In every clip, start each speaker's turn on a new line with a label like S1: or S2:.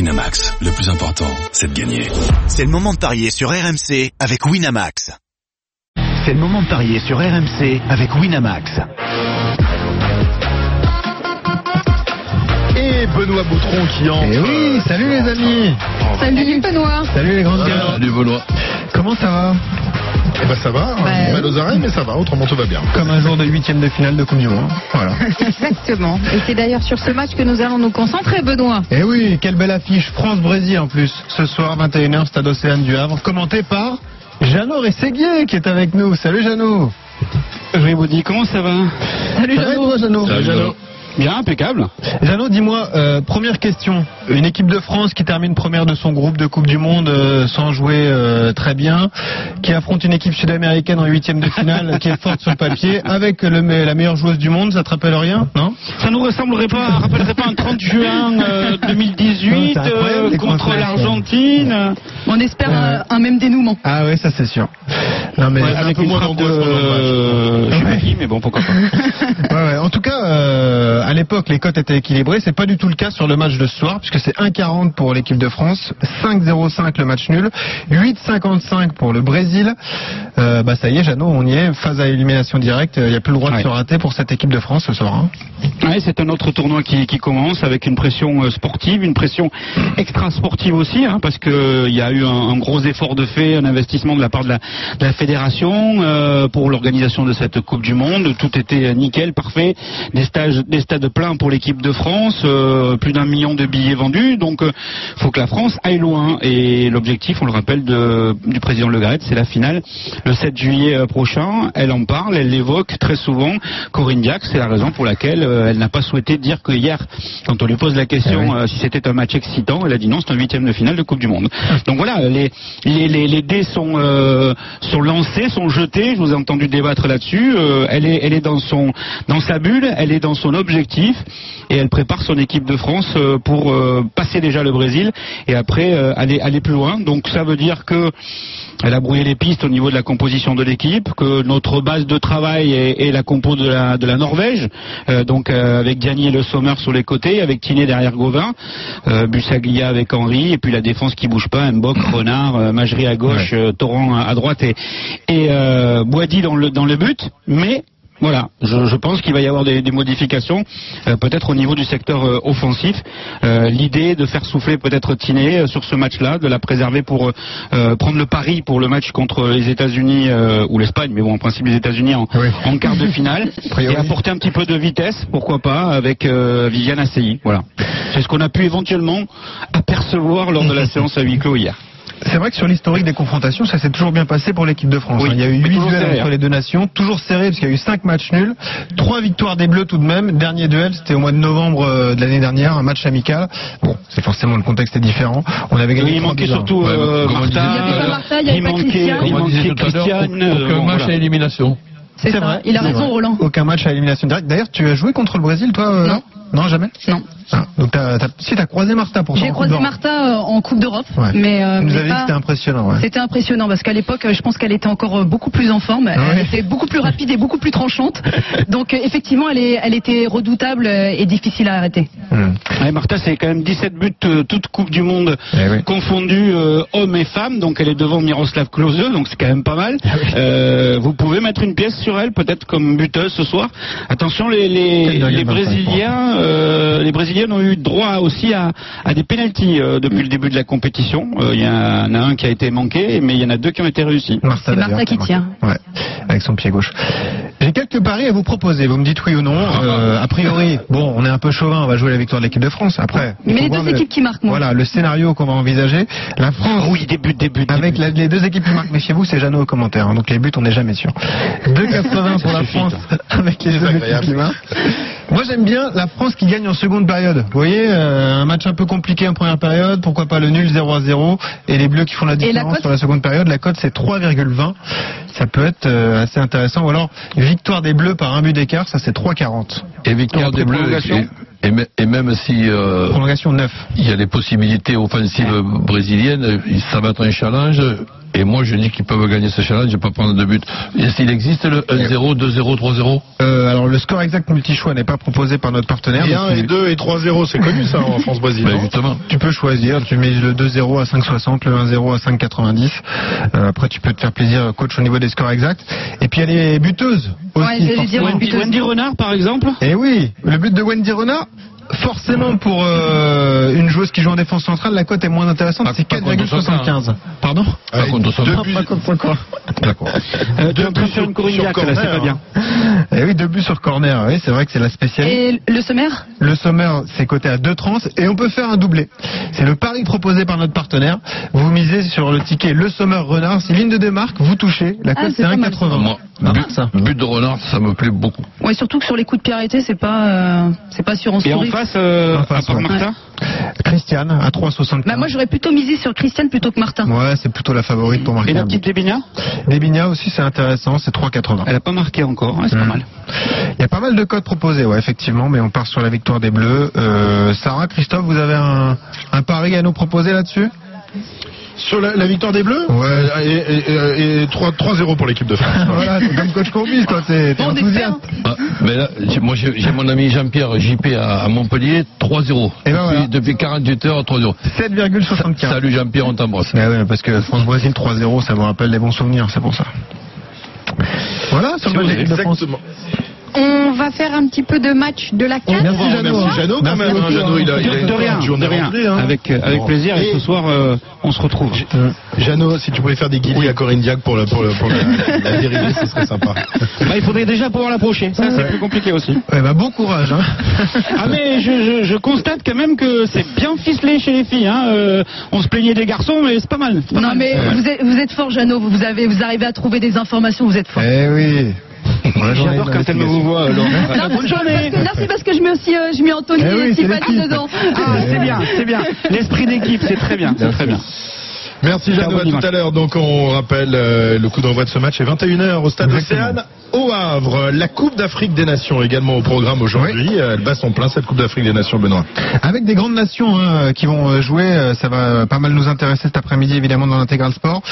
S1: Winamax, le plus important, c'est de gagner.
S2: C'est le moment de parier sur RMC avec Winamax. C'est le moment de parier sur RMC avec Winamax.
S3: Et Benoît Boutron qui euh, en.
S4: Eh oui, salut les amis
S5: Salut Benoît
S4: Salut les grandes gueules
S3: Salut Benoît.
S4: Comment ça va
S3: Eh ben ça va,
S5: Ouais.
S3: on mal aux arrêts, mais ça va, autrement tout va bien.
S4: Comme un jour de huitième de finale de Coupe du Monde. Voilà.
S5: Exactement. Et c'est d'ailleurs sur ce match que nous allons nous concentrer, Benoît.
S4: Eh oui, quelle belle affiche France-Brésil en plus. Ce soir, 21h, Stade Océane du Havre, commenté par Jeannot Rességuier qui est avec nous. Salut Jeannot
S6: Ribaudi, comment ça va
S4: Salut Jeannot Jeannot
S3: Salut, Jeannot.
S6: Bien, impeccable.
S4: Jeannot, dis-moi, euh, première question. Une équipe de France qui termine première de son groupe de Coupe du Monde euh, sans jouer euh, très bien, qui affronte une équipe sud-américaine en huitième de finale, qui est forte sur le papier, avec le, me- la meilleure joueuse du monde, ça te rappelle rien Non
S6: Ça nous ressemblerait pas, rappellerait pas un 30 juin euh, 2018
S4: Non, c'est incroyable,
S6: euh,
S4: les
S6: contre
S4: contrastes,
S6: l'Argentine.
S5: On espère
S4: Ouais.
S5: euh, un même dénouement.
S4: Ah ouais, ça c'est sûr. Non mais
S6: Ouais,
S4: c'est un
S6: avec
S4: peu
S6: une
S4: moins
S6: frappe de...
S4: d'angoisse pendant le match.
S6: euh, je sais pas qui, mais bon, pourquoi pas.
S4: Ouais, ouais. En tout cas, euh, à l'époque, les cotes étaient équilibrées. C'est pas du tout le cas sur le match de ce soir, puisque c'est 1,40 pour l'équipe de France, 5,05 le match nul, 8,55 pour le Brésil. Euh, bah ça y est, Jeannot, on y est. Phase à élimination directe, il n'y a plus le droit de
S6: Ouais.
S4: se rater pour cette équipe de France ce soir. hein.
S6: Ouais, c'est un autre tournoi qui, qui commence avec une pression euh, sportive, une pression extra-sportive aussi, hein, parce que euh, il y a eu un, un gros effort de fait, un investissement de la part de la, de la fédération euh, pour l'organisation de cette Coupe du Monde. Tout était euh, nickel, parfait. Des, stages, des stades pleins pour l'équipe de France, euh, plus d'un million de billets vendus. Donc, euh, faut que la France aille loin. Et l'objectif, on le rappelle, de- du président Le Garret, c'est la finale le 7 juillet euh, prochain. Elle en parle, elle l'évoque très souvent. Corinne Diac, c'est la raison pour laquelle euh, elle n'a pas souhaité dire que hier, quand on lui pose la question
S4: Eh oui.
S6: euh, si c'était un match excitant, elle a dit non, c'est un huitième de finale de Coupe du Monde. Donc voilà, les, les, les, les dés sont, euh, sont lancés, sont jetés. Je vous ai entendu débattre là-dessus. Euh, elle est, elle est dans, son, dans sa bulle, elle est dans son objectif et elle prépare son équipe de France euh, pour euh, passer déjà le Brésil et après euh, aller, aller plus loin. Donc ça veut dire que elle a brouillé les pistes au niveau de la composition de l'équipe, que notre base de travail est, est la compo de la, de la Norvège, euh, donc euh, avec Diani et Le Sommer sur les côtés, avec Tiné derrière Gauvin, euh, Bussaglia avec Henri, et puis la défense qui bouge pas, Mbok, Renard, euh, Majerie à gauche, euh, Torrent à à droite et, et euh, Boisdi dans le, dans le but, mais... Voilà, je, je pense qu'il va y avoir des, des modifications, euh, peut-être au niveau du secteur euh, offensif. Euh, L'idée de faire souffler peut-être Tiné euh, sur ce match-là, de la préserver pour euh, euh, prendre le pari pour le match contre les États-Unis euh, ou l'Espagne, mais bon, en principe les États-Unis en,
S4: Oui.
S6: en quart de finale, et
S4: priori.
S6: apporter un petit peu de vitesse, pourquoi pas, avec euh, Viviane Asseyi. Voilà, c'est ce qu'on a pu éventuellement apercevoir lors de la séance à huis clos hier.
S4: C'est vrai que sur l'historique des confrontations, ça s'est toujours bien passé pour l'équipe de France.
S6: Oui,
S4: hein. Il y a eu
S6: mais
S4: 8
S6: toujours
S4: duels
S6: serré,
S4: entre
S6: hein.
S4: les deux nations, toujours serré parce qu'il y a eu 5 matchs nuls, 3 victoires des Bleus tout de même. Dernier duel, c'était au mois de novembre euh, de l'année dernière, un match amical. Bon, c'est forcément le contexte est différent. On avait gagné
S6: Oui, il
S4: 3
S6: manquait
S4: déjà.
S6: surtout euh,
S3: comme on
S6: Martha,
S3: disait tout à
S5: l'heure. Martha, il y avait pas Christiane. Comme
S6: il
S3: on
S6: manquait
S3: disait tout à l'heure,
S6: Christiane.
S3: aucun
S6: euh, bon,
S3: match
S6: voilà.
S3: à élimination.
S5: C'est ça. Il a
S4: c'est
S5: raison,
S4: vrai.
S5: Roland.
S4: Aucun match à élimination directe. D'ailleurs, tu as joué contre le Brésil, toi euh,
S5: Non.
S4: Non, jamais
S5: Non.
S4: Ah, Donc, t'as, t'as- si, t'as croisé Martha pour
S5: J'ai croisé Martha euh, en Coupe d'Europe, mais, euh,
S4: Vous
S5: mais
S4: avez dit que
S5: pas-
S4: c'était impressionnant, ouais.
S5: c'était impressionnant parce qu'à l'époque, euh, je pense qu'elle était encore euh, beaucoup plus en forme. Elle
S4: Ah Ouais.
S5: était beaucoup plus rapide et beaucoup plus tranchante. Donc euh, effectivement, elle, est- elle était redoutable euh, et difficile à arrêter.
S4: Hmm.
S6: Ouais, Martha, c'est quand même 17 buts, euh, toute Coupe du Monde
S4: Eh oui.
S6: confondue, euh, hommes et femmes. Donc elle est devant Miroslav Klose, donc c'est quand même pas mal. Euh, vous pouvez mettre une pièce sur elle, peut-être comme buteuse ce soir. Attention, les, les,
S4: Quelle dinguerie,
S6: les
S4: Martha,
S6: Brésiliens, euh, les Brésiliens ont eu droit aussi à, à des pénalties euh, depuis le début de la compétition. Euh, Il y en a un qui a été manqué, mais il y en a deux qui ont été réussis.
S4: Martha,
S5: C'est Martha
S4: d'ailleurs,
S5: qui
S4: marqué.
S5: tient.
S4: Ouais, avec son pied gauche. J'ai quelques paris à vous proposer. Vous me dites oui ou non. Euh, a priori, bon, on est un peu chauvin. On va jouer la victoire de l'équipe de France. Après, il
S5: Mais
S4: faut
S5: les
S4: voir
S5: deux équipes qui marquent, moi.
S4: Voilà, le scénario qu'on va envisager. La France.
S6: Ah Oui, des buts, des buts. des
S4: Avec
S6: buts.
S4: la- les deux équipes qui marquent, mais chez vous, c'est Jeannot au commentaire. hein. donc les buts, on n'est jamais sûr. hein. 2,80 pour
S6: Ça
S4: la
S6: suffit,
S4: France avec les deux équipes
S3: agréable.
S4: qui marquent. Moi, j'aime bien la France qui gagne en seconde période. Vous voyez, euh, un match un peu compliqué en première période. Pourquoi pas le nul 0 à 0 et les Bleus qui font la
S5: la
S4: différence
S5: cote
S4: sur la seconde période. La cote, c'est 3,20. Ça peut être euh, assez intéressant. Ou alors victoire des Bleus par un but d'écart, ça c'est 3,40.
S3: Et victoire
S6: Et après
S3: des Bleus.
S6: prolongation
S3: et-
S7: Et, me- et même si euh,
S4: Prolongation 9.
S7: il y a des possibilités offensives brésiliennes, ça va être un challenge. Et moi, je dis qu'ils peuvent gagner ce challenge et pas prendre de but. Est-ce qu'il existe le 1-0, 2-0, 3-0
S4: Euh, alors le score exact multi-choix n'est pas proposé par notre partenaire.
S3: Et
S4: donc
S3: 1 et
S4: tu,
S3: 2 et 3-0, c'est connu ça en France-Brésil.
S7: Ben,
S3: hein.
S7: Justement.
S4: tu peux choisir, tu mets le 2-0 à 5,60, le 1-0 à 5,90. Euh, après tu peux te faire plaisir coach au niveau des scores exacts. Et puis il y a les buteuses aussi.
S5: Ouais, j'allais dire,
S4: forcément.
S5: ouais.
S6: Wendy, Wendy Renard, par exemple
S4: Eh oui, le but de Wendy Renard, forcément pour euh, une joueuse qui joue en défense centrale, la cote est moins intéressante,
S7: Pas-
S4: c'est
S7: pas contre hein.
S4: 4,75. Pardon
S7: Pas contre ça.
S3: deux buts-
S4: Pas contre quoi
S7: D'accord.
S6: euh, Tu es en train de
S3: buts
S6: faire une
S3: sur-
S6: Corinne
S3: sur
S6: Diacre, là, c'est
S3: corner, hein.
S6: pas bien.
S4: Eh oui, deux buts sur corner, oui, c'est vrai que c'est la spécialité.
S5: Et le sommaire
S4: Le sommaire, c'est coté à 2,30 et on peut faire un doublé. C'est le pari proposé par notre partenaire. Vous misez sur le ticket Le Sommaire Renard, c'est ligne de démarque, vous touchez, la
S5: Ah,
S4: cote Hein
S5: c'est
S4: c'est
S5: pas mal.
S4: 1,80.
S7: Moi,
S4: Pas mal,
S7: but,
S4: Ah, ça.
S7: but de renard, ça me plaît beaucoup.
S5: Ouais, surtout que sur les coups de pied arrêtés, c'est pas, euh, c'est pas sûr en
S6: Et en face, euh,
S4: En face,
S6: à part
S4: ouais.
S6: Martha
S4: Christiane à 3,75.
S5: Bah moi j'aurais plutôt misé sur Christiane plutôt que Martin.
S4: Ouais, c'est plutôt la favorite pour
S6: Et
S4: marquer.
S6: la
S4: un but.
S6: petite Débina
S4: Debinha aussi, c'est intéressant, c'est 3,80.
S6: Elle a pas marqué encore, hein, c'est pas
S3: Mmh.
S4: Mm.
S6: mal.
S4: Il y a pas mal de codes proposés, ouais, effectivement, mais on part sur la victoire des Bleus. Euh, Sarah, Christophe, vous avez un, un pari à nous proposer là-dessus
S3: Sur la, la victoire des Bleus
S4: Ouais.
S3: Et, et- et- et 3 3-0 pour l'équipe de France.
S4: Voilà, c'est comme coach Courbis, toi, t'es t'es
S5: Bon, on espère.
S4: enthousiaste.
S7: Ah, mais là, j'ai- moi, j'ai j'ai mon ami Jean-Pierre JP à, à Montpellier, 3-0.
S4: Eh ben voilà.
S7: depuis, depuis 48 heures, 3-0.
S4: 7,75.
S7: Salut Jean-Pierre, on t'embrasse.
S4: Mais ouais, parce que France-Brésil 3-0, ça me rappelle des bons souvenirs, c'est pour ça. Voilà, sur le match de l'équipe de France.
S3: Exactement.
S8: On va faire un petit peu de match de la CAF.
S4: Merci
S3: Bon,
S4: Jeannot.
S3: merci
S4: hein.
S3: Jeannot quand
S4: Merci
S3: même. hein,
S4: beaucoup,
S3: Jeannot,
S4: hein.
S3: il a, il a
S6: De,
S3: une
S6: de rien,
S3: grande journée
S6: de rien.
S3: remplie, hein.
S6: Avec, euh, avec
S3: Bon.
S6: plaisir, et,
S3: Et- euh.
S6: ce soir, euh, on se retrouve.
S3: Jeannot, si tu pouvais faire des guillis à Corinne Diac pour, la, pour, la, pour la, la dérivée, ce serait sympa.
S6: Bah, il faudrait déjà pouvoir l'approcher, ça c'est plus compliqué aussi.
S4: Eh ben, bon courage. Hein.
S6: Ah mais je, je, je constate quand même que c'est bien ficelé chez les filles. Hein. euh, on se plaignait des garçons, mais c'est pas mal. c'est pas
S5: Non
S6: mal.
S5: mais vous êtes, vous êtes fort Jeannot, vous, avez, vous arrivez à trouver des informations, vous êtes fort.
S4: eh oui.
S6: J'adore quand elle me vous voit, Laurent.
S5: Non,
S6: Bonne
S5: parce-
S6: journée.
S8: Là, c'est parce que je mets aussi euh, je mets Anthony
S4: Eh oui,
S8: et
S4: c'est
S8: Tiffany
S4: l'équipe.
S8: dedans.
S6: Ah, c'est bien, c'est bien. L'esprit d'équipe, c'est très bien, c'est très bien.
S3: Merci Jeannot, à
S6: Carbone
S3: tout à l'heure. Donc on rappelle euh, le coup d'envoi de ce match est 21h au stade Océane au Havre. La Coupe d'Afrique des Nations également au programme aujourd'hui. Euh, Elle bat son plein cette Coupe d'Afrique des Nations, Benoît.
S4: Avec des grandes nations hein, qui vont euh, jouer, euh, ça va pas mal nous intéresser cet après-midi évidemment dans l'intégral sport.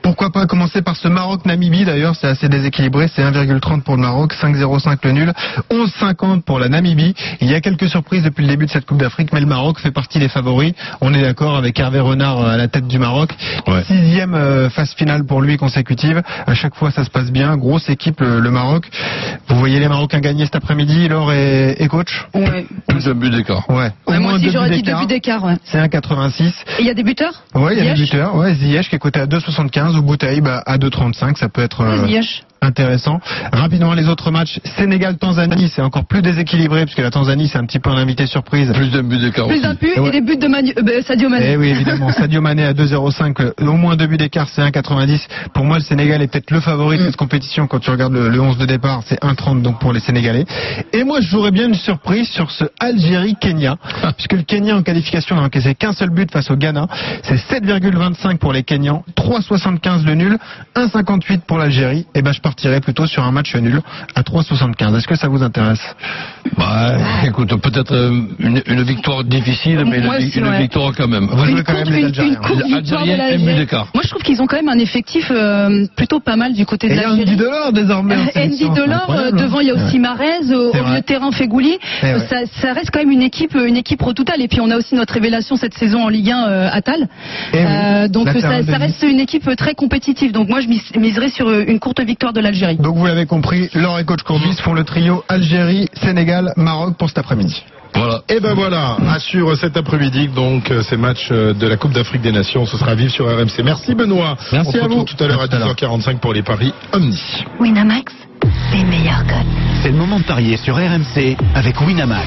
S4: Pourquoi pas commencer par ce Maroc-Namibie d'ailleurs, c'est assez déséquilibré, c'est 1,30 pour le Maroc, 5,05 le nul, 11,50 pour la Namibie. Il y a quelques surprises depuis le début de cette Coupe d'Afrique, mais le Maroc fait partie des favoris. On est d'accord avec Hervé Renard euh, à la tête du Maroc.
S3: Ouais.
S4: Sixième euh, phase finale pour lui consécutive. À chaque fois ça se passe bien, grosse équipe le, le Maroc. Vous voyez les Marocains gagner cet après-midi, Laure et, et coach
S5: Ouais.
S7: Plus d'un but d'écart.
S4: Ouais. Au
S5: Ouais, moi
S4: moins
S5: aussi
S4: deux
S5: j'aurais
S4: buts
S5: dit deux
S4: d'écart.
S5: buts d'écart. Ouais.
S4: C'est 1,86.
S5: Et il y a des buteurs
S4: Ouais, il y a des
S5: Ziyech
S4: buteurs. Ouais, Ziyech qui est coté à 2,75 ou Boutaïb à à 2,35. Ça peut être euh,
S5: Ouais, Ziyech.
S4: intéressant. Rapidement, les autres matchs. Sénégal-Tanzanie, c'est encore plus déséquilibré puisque la Tanzanie, c'est un petit peu un invité surprise.
S7: Plus d'un but d'écart.
S5: Plus
S7: aussi.
S5: d'un but
S4: Ah Ouais.
S5: et des buts de Manu, euh, bah, Sadio Mané.
S4: Eh oui, évidemment. Sadio Mané à 2,05, euh, au moins deux buts d'écart, c'est 1,90. Pour moi, le Sénégal est peut-être le favori de cette compétition. Quand tu regardes le, le 11 de départ, c'est 1,30 donc pour les Sénégalais. Et moi, je jouerais bien une surprise sur ce Algérie-Kenya, puisque le Kenya en qualification n'a encaissé qu'un seul but face au Ghana. C'est 7,25 pour les Kenyans, 3,75 le nul, 1,58 pour l'Algérie. Et ben, je partirais plutôt sur un match nul à 3,75. Est-ce que ça vous intéresse
S7: Bah, écoute, peut-être euh, une, une victoire difficile, mais
S5: Moi
S7: une,
S5: aussi,
S7: une
S5: ouais.
S7: victoire quand même.
S4: Vous jouez
S5: Une
S4: quand
S5: courte-
S4: même les
S5: une-
S4: Algériens.
S5: une courte
S7: Les
S5: victoire de
S7: Algériens, un but
S5: l'Algérie.
S7: d'écart.
S5: Moi, je trouve qu'ils ont quand même un effectif euh, plutôt pas mal du côté de
S4: Et il y a Andy
S5: l'Algérie.
S4: Delors désormais. en
S5: Euh, Andy
S4: sélection, c'est
S5: Delors, euh,
S4: incroyable, hein.
S5: devant il y a aussi Marez, au,
S4: C'est
S5: au
S4: vrai.
S5: milieu de terrain Fégouli.
S4: Eh
S5: Euh,
S4: ouais.
S5: Ça, ça reste quand même une équipe, euh, une équipe redoutable. Et puis on a aussi notre révélation cette saison en Ligue 1 euh, Atal. Euh,
S4: Eh oui.
S5: donc
S4: Latéral
S5: ça,
S4: de
S5: ça
S4: Nice.
S5: reste une équipe euh, très compétitive. Donc moi je mis- miserais sur euh, une courte victoire de l'Algérie.
S4: Donc vous l'avez compris, Laure et coach Courbis font le trio Algérie, Sénégal, Maroc pour cet après-midi.
S7: Voilà.
S3: Et ben voilà, assure cet après-midi donc euh, ces matchs euh, de la Coupe d'Afrique des Nations. Ce sera à vivre sur RMC. Merci Benoît.
S4: Merci
S3: On se
S4: à
S3: retrouve
S4: vous.
S3: tout à l'heure à 10h45 pour les paris Omni.
S8: Winamax, les meilleurs codes.
S2: C'est le moment de parier sur RMC avec Winamax.